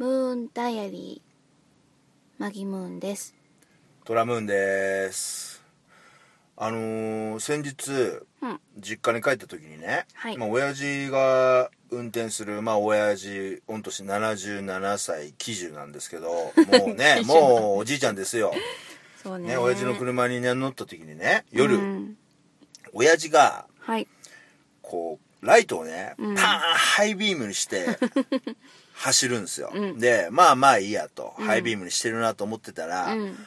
ダイアリーマギムーンですトラムーンですあのー先日うん実家に帰った時にね、はいまあ親父が運転するまあ親父御年77歳喜寿なんですけ どもうねもうおじいちゃんですよ、そうねね、親父の車にね乗った時にね夜、うん親父がはいこうライトをね、うんパーンハイビームにして 走るんですよ、うんでまあまあいいやと、ハイビームにしてるなと思ってたら、うん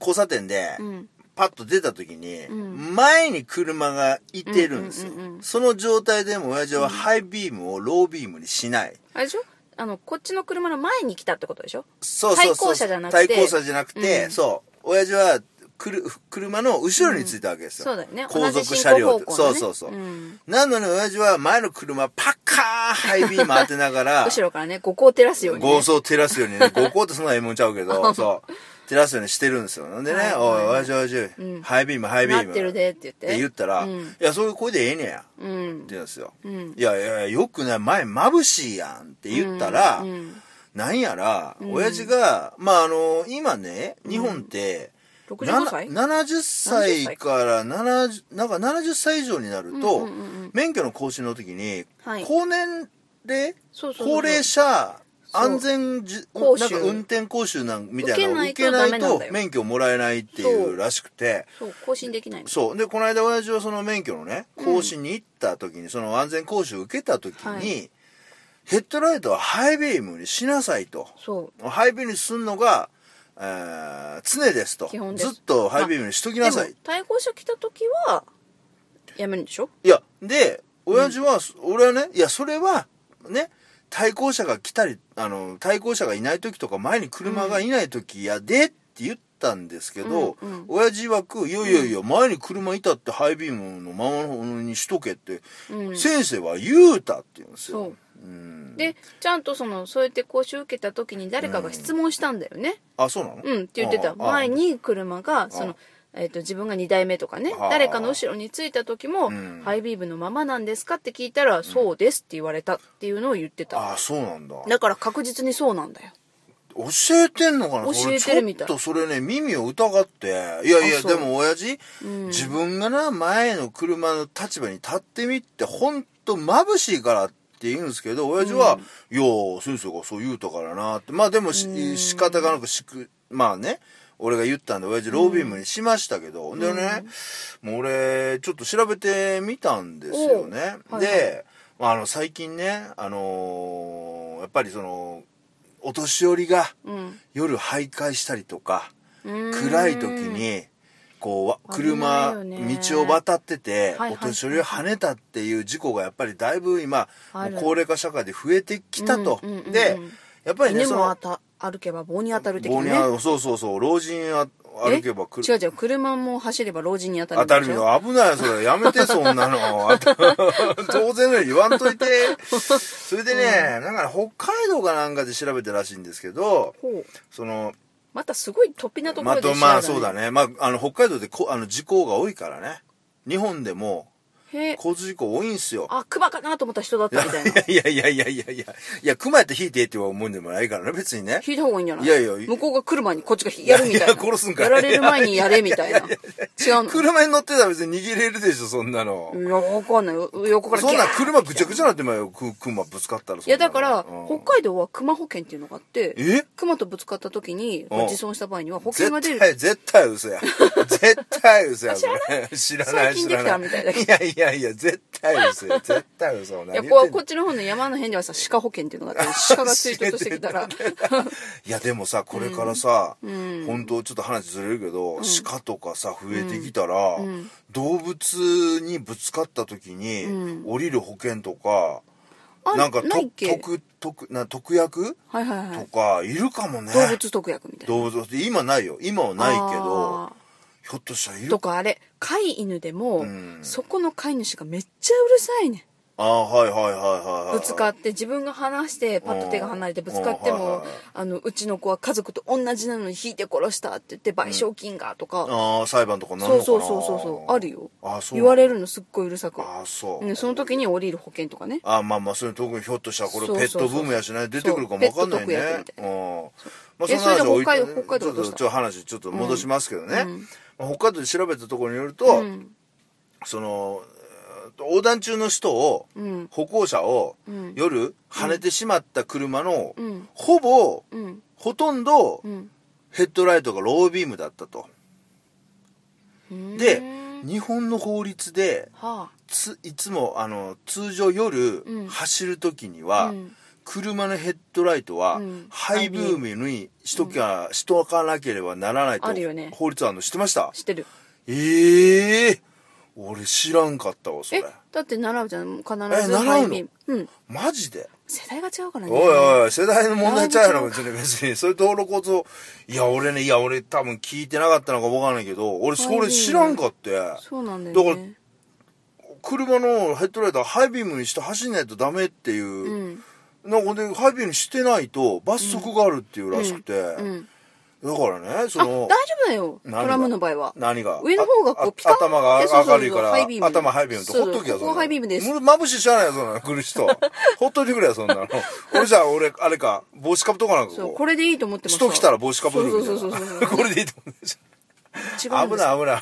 交差点で、うんパッと出た時に、うん前に車がいてるんですよ、うんうんうんうんその状態でも親父はハイビームをロービームにしない、あれでしょあのこっちの車の前に来たってことでしょそうそうそう対向車じゃなくて対向車じゃなくて、うんそう親父はくる車の後ろについたわけですよ、そうだよね後同じ続進車行両方って、向そのうねそうそう、んなのに親父は前の車パッカーハイビーム当てながら 後ろからね五光照らすようにね豪走照らすように ね五光ってそんなええもんちゃうけどそう照らすようにしてるんですよなんでねはいは「いおい親父親父、うんハイビームハイビーム」なってるでって言ってって言ったら「うんいやそういう声でええねや」うっんて言うんですよ「うんいやいやよくない前眩しいやん」って言ったら、うんうんなんやら、うん親父がまああの今ね日本って、 65歳な70歳から70なんか70歳以上になると、うんうんうんうん免許の更新の時に、はい高年齢そうそうそう高齢者そう安全じ講なん習か運転講習なんみたいなのを受受けけなないとダメないんとだよ免許をもらえないっていうらしくてそう更新できないのそうでこの間親父はその免許のねうん更新に行った時に、その安全講習受けた時に、はいヘッドライトはハイビームにしなさいと。そうハイビームにすんのが、えー常ですと基本ですずっとハイビームにしときでなもさい対向車来た時はやめるんでしょいやで親父は、俺はねいやそれはね対向車が来たりあの対向車がいない時とか前に車がいない時やでって言ったんですけど、うんうん親父はく「いやいやいや前に車いたってハイビームのままのにしとけ」って、うん先生は言うたって言うんですそよう。うんでちゃんとそのそうやって講習受けた時に誰かが質問したんだよねあそうなのうん、って言ってたああ前に車がそのあ、えっと自分が2代目とかねああ誰かの後ろについた時もうんハイビームのままなんですか?」って聞いたら「そうです」って言われたっていうのを言ってたあそうなんだだから確実にそうなんだよ教えてんのかな教えてるみたい俺ちょっとそれね耳を疑っていやいあやそうでも親父、うん自分がな前の車の立場に立ってみってほんと眩しいからって言うんですけど親父は「いや先生がそう言うたからな」ってまあでもし、うん仕方がなくしくまあね俺が言ったんで親父ロービームにしましたけど、でねもう俺ちょっと調べてみたんですおよね。うはいはいで、まあ、あの最近ねあのーやっぱりそのお年寄りが。うん夜徘徊したりとか暗暗い時にこうわ車危ないよね道を渡っててはいはいお年寄りを跳ねたっていう事故がやっぱりだいぶ今あるもう高齢化社会で増えてきたとうんうんうんうんでやっぱりね犬そもあのた歩けば棒に当たる的棒なにねあそうそうそう老人あえ歩けばくる違う違う車も走れば老人に当たる当んでしょたるの危ないよそれやめてそんなのあた当然のように言わんといてそれでねなんかね北海道かなんかで調べたらしいんですけどほうそのまたすごい突飛なとこまろあ、でと調べまあたそうだね、まあ、あの北海道でこあの事故が多いからね日本でもへえ交通事故多いんすよあクマかなと思った人だったみたいないやいやいやいやいやいや熊やって引いてって思うんでもないからね別にね引いた方がいいんじゃないいやいや向こうが来る前にこっちがやるみたいな。いやいや殺すんかいやられる前にやれみたいな。違うの。車に乗ってたら別に逃げれるでしょそんなの、いや、わかんないよ。横からギャそーんな車ぐちゃぐちゃなってまうよく熊ぶつかったらそんなや、いだから、うん北海道は熊保険っていうのがあって、え熊とぶつかった時に、うん自損した場合には保険が出絶る。対絶対 嘘や絶対嘘やこれ 知らない最近知でらきなたいみたいだけいやいやいや絶対嘘 や絶対嘘いや何言ってんこのうこっちの方の山の辺ではさ鹿保険っていうのが あって鹿が追突してきたらいやでもさこれからさ、ん本当ちょっと話ずれるけど、鹿とかさ増えてきたら、動物にぶつかった時に、降りる保険とかあなんかとないっけ特特な特約はいはいはといかいるかもね動物特約みたいな動物今ないよ今はないけどあひょっとしたらいーるとかあれ飼い犬でも、んそこの飼い主がめっちゃうるさいねんああはいはいはいはいはいぶつかっって自分が離してパッと手が離れてぶつかってうんはいもはいはいあのうちの子は家族と同じなのに引いて殺したって言って賠償金がとか、ああ裁判とかなるそのうかなそうそうそうそうあるよあそう言われるのすっごいうるさく、ああそう、ね、その時に降りる保険とかねあまあまあそれ特にひょっとしたらこれそうペそうそッうトブームやしね出てくるかもわかんないねペット特約みたいうんまあえその話は置いそれでて北海道北海道はどうちょしたっとちょっと話ちょっと戻しますけどね、うんまあ北海道で調べたところによると、うんそのえーっと横断中の人を、うん歩行者を、うん夜跳ねてしまった車の、うんほぼうんほとんど、うんヘッドライトがロービームだったとうんで日本の法律ではついつもあの通常夜、うん走る時にあは、うん車のヘッドライトは、うんハイビームにしとか、しとかなければならないとあるよね法律案の知ってました知ってるええ俺知らんかったわそえれだって習うじゃん必ずえ習うのハイビームうんマジで世代が違うからねおいおい世代の問題ちゃうやろだい別に別にそれ道路交通いや俺ねいや俺多分聞いてなかったのか分からないけど俺そハイビれーム知らんかってそうなんだよね車のヘッドライトはハイビームにして走んないとダメっていう、うんなんかでハイビームにしてないと罰則があるっていうらしくて、うんだからねそあ大丈の夫だよト何がラムの場合は何が上の方がこあうピカン頭がそうそうそう明るいからハイビーム頭ハイビームとそうほっときやここハイビームですむ眩しいしゃあないよそんなの来る人ほっといてくれよそんなの俺じゃあ俺あれか帽子かぶとかなんかそうここれでいいと思ってうまししたときたら帽子かぶるみたそういそうそうなそうこれでいいと思うんです違ようん危ですない危 ない危ない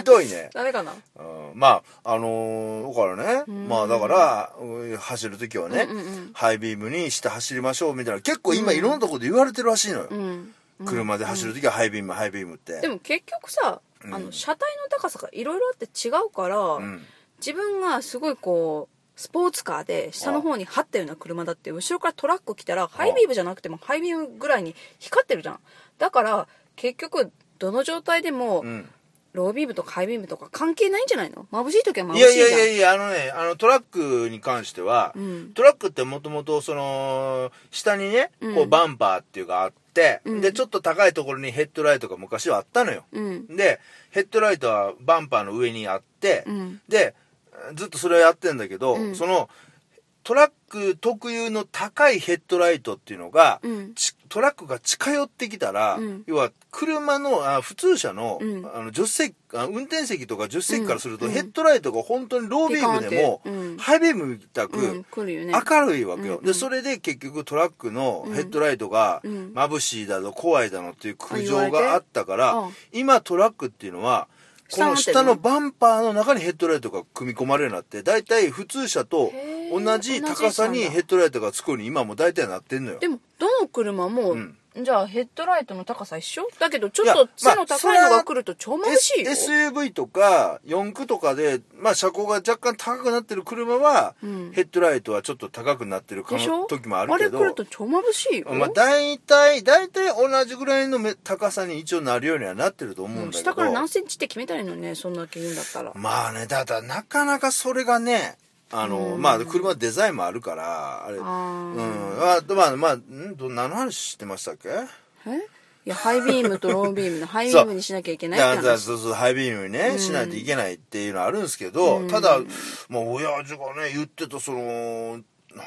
ひどいねダメかなうんまああのーだからねまあだからうん走る時はね、うんうんうんハイビームにして走りましょうみたいな結構今いろんなとこで言われてるらしいのよ、うん車で走る時はハイビーム、ハイビームってでも結局さ、あの車体の高さがいろいろあって違うから、うん自分がすごいこうスポーツカーで下の方に張ったような車だって後ろからトラック来たらハイビームじゃなくてもハイビームぐらいに光ってるじゃんだから結局どの状態でも、うんロービームとかハイビームとか関係ないんじゃないの眩しい時は眩しいいじゃやんいやいやいやあのねあのトラックに関しては、うんトラックってもともとその下にね、うんこうバンパーっていうのがあって、うんでちょっと高いところにヘッドライトが昔はあったのよ、うんでヘッドライトはバンパーの上にあって、うんでずっとそれをやってんだけど、うんそのトラック特有の高いヘッドライトっていうのが、うんちトラックが近寄ってきたら、うん要は車のあ普通車の,、うんあの助手席あ運転席とか助手席からすると、うんヘッドライトが本当にロービームでも、ピカーンってうんハイビームみたく、うん来るよね明るいわけよ、うんうんでそれで結局トラックのヘッドライトがうん眩しいだの怖いだのっていう苦あ言情われてがあったから、うん今トラックっていうのはこ下にのなってる下のバンパーの中にヘッドライトが組み込まれるようになって大体普通車とへー同じ高さに同じなんだヘッドライトがつくように今もう大体なってんのよでもどの車も、んじゃあヘッドライトの高さ一緒だけどちいょやっと背まあの高いのが来ると超眩しいよ、 S- SUV とか4駆とかで、まあ、車高が若干高くなってる車は、うんヘッドライトはちょっと高くなってるかでしょ時もあるけどあれ来ると超眩しいよ、まあ、大体、大体同じぐらいのめ高さに一応なるようにはなってると思うんだけど。下から何センチって決めたらいいのにねそんだけ言うんだったらまあね、ただなかなかそれがね、あの、まあ、車デザインもあるから、あれ、うん。あまあ、まあ、んど何の話してましたっけえいやハイビームとロービ ームのハイビそうームにしなきゃいけないってだだ話そうそうハイビームにね、しないといけないっていうのはあるんですけど、ただもう親父がね言ってたその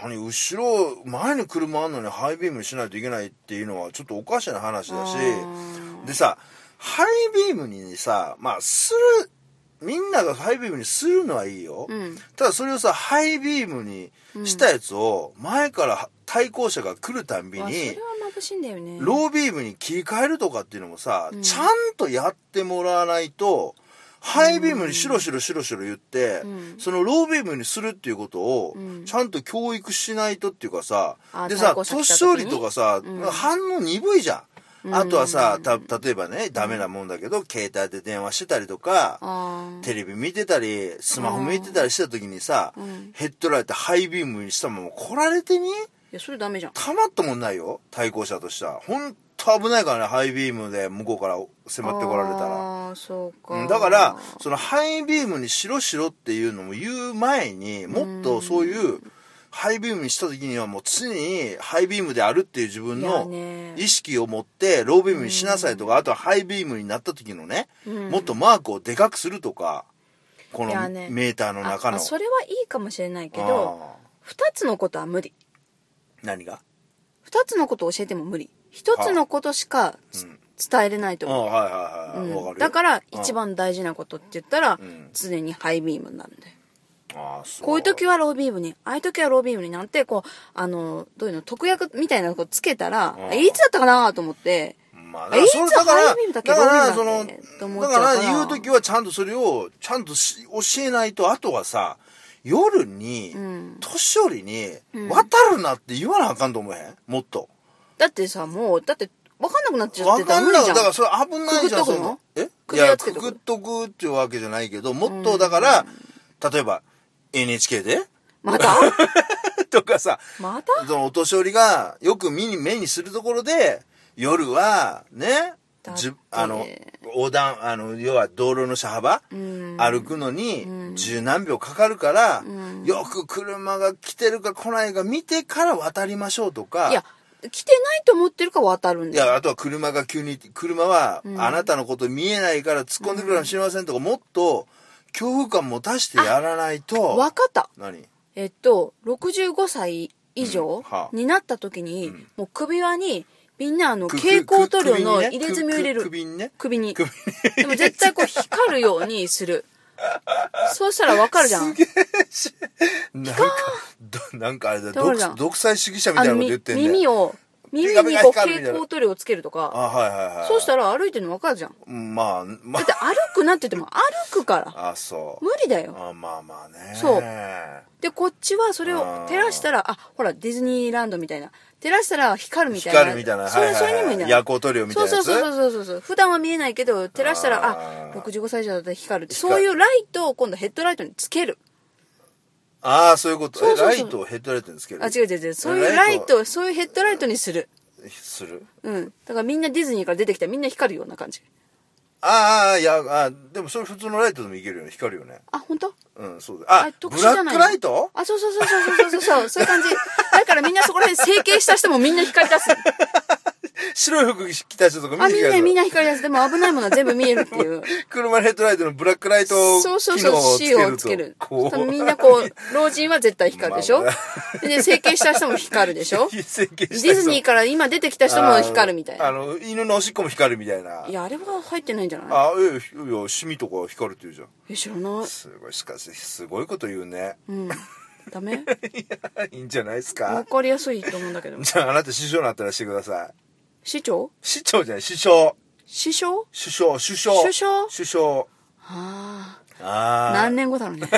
何後ろ前に車あんのにハイビームしないといけないっていうのはちょっとおかしな話だしあーでさハイビームにさまあするみんながハイビームにするのはいいよ、うんただそれをさハイビームにしたやつを前から対向車が来るたんびあそに、れは眩しいんだよねロービームに切り替えるとかっていうのもさ、うんちゃんとやってもらわないと、ハイビームにしろしろしろしろ言って、うんそのロービームにするっていうことをうん、ちゃんと教育しないとっていうかさ、あでさ、対向車来た年時に寄りとかさ、うん反応鈍いじゃん。うんあとはさ、た、例えばね、ダメなもんだけど、携帯で電話してたりとか、あーテレビ見てたり、スマホ見てたりした時にさ、うんヘッドライトハイビームにしたまま来られてみいやそれダメじゃんたまったもんないよ対向車としてはほんと危ないからねハイビームで向こうから迫ってこられたらああそううかんだからそのハイビームにしろしろっていうのも言う前にもっとそういうハイビームにした時にはもう常にハイビームであるっていう自分いやのね意識を持ってロービームにしなさいとかあとはハイビームになった時のねうんもっとマークをでかくするとかこいのやねメーターのあ中のあそれはいいかもしれないけどあ2つのことは無理ー何が2つのことを教えても無理1つのことしかつ、うん伝えれないとあー思うはいはいはい、わうかん、るだからうん一番大事なことって言ったら、ん常にハイビームなんだよあーそうこういう時はロービームにああいう時はロービームになんてこうあのどういうの特約みたいなのをつけたらうんえいつだったかなと思ってまあ、えいつそれだからハイビームだっけだからロそービームだっのけと思っだちゃうからから言う時はちゃんとそれをちゃんとし教えないとあとはさ夜に、ん年寄りに、うん渡るなって言わなあかんと思えへんもっとだってさもうだって分かんなくなっちゃっわてたからん無ない理じゃだんからそれ危ないじゃくぐっとんくのそのえい首輪やつけくとくぐっとくっていうわけじゃないけどもっとだから、例えば NHK で またとかさ また そのお年寄りがよく目に目にするところで夜はねだってじゅあの横断あの要は道路の車幅、うん歩くのうんに十何秒かかるから、んよく車が来てるか来ないか見てから渡りましょうとかいや来てないと思ってるから渡るんいだよやあとは車が急に車はうんあなたのこと見えないから突っ込んでくるかもしれませんとか、もっと恐怖感持たしてやらないと分かった何えっと、65歳以うん上はあになった時に、んもう首輪に、みんなあの、く蛍光塗料のく入れ墨を入れる。くく首にね首に。首でも絶対こう光るようにする。そうしたらわかるじゃん。なんかどなんかあれだどう独じゃん独裁主義者みたあいなの、ことみ言ってんね耳を、耳ピにカこうピカ光るみたいな蛍光塗料をつけるとあか、はいはいはいそうしたらら歩いてるのわかるじゃん。まあまだって歩くなってても歩くから。ああそう無理だよ。あまあまあねそううで、こっちはそれを照らしたら、あ、ほら、ディズニーランドみたいな。照らしたら光るみたいな。光るみたいなそれ、はいはそいはいれにもいいんじゃない夜光塗料みたいなやつそうそうそうそうそう。普段は見えないけど、照らしたら、ああー65歳以上だったら光るって。光そうるいうライトを今度ヘッドライトにつける。ああそういうことそうそうそうえライトをヘッドライトにつけるあ、違う違う違う。そういうライトを、そういうヘッドライトにする。するうん。だからみんなディズニーから出てきたらみんな光るような感じ。ああいやあでもそれ普通のライトでもいけるよね光るよねあ、本当？うんそうだあブラックライトあ、そうそうそうそうそうそうそう。そういう感じ。だからみんなそこら辺整形した人もみんな光り出 す。白い服着た人とかあ、見みてんくださないみんな光り出す。でも危ないものは全部見えるっていう。車のヘッドライトのブラックライトそうそう機そう能を、つけ塩をるつけると。こうみんなこう、老人は絶対光るでしょ、まで、整形した人も光るでしょデ 整形した人ィズニーから今出てきた人も光るみたいあな。のあの犬のおしっこも光るみたいないや、あれは入ってないんじゃないあいやいやシミとか光るって言うじゃんえ、知らない。すごいしかしすごいこと言うね うん。ダメいやいいんじゃないですわかかりやすいと思うんだけど。じゃああなた師匠になったらしてください市長市長じゃない師匠師匠首相首相首相首相ああ。ああ何年後だろうね。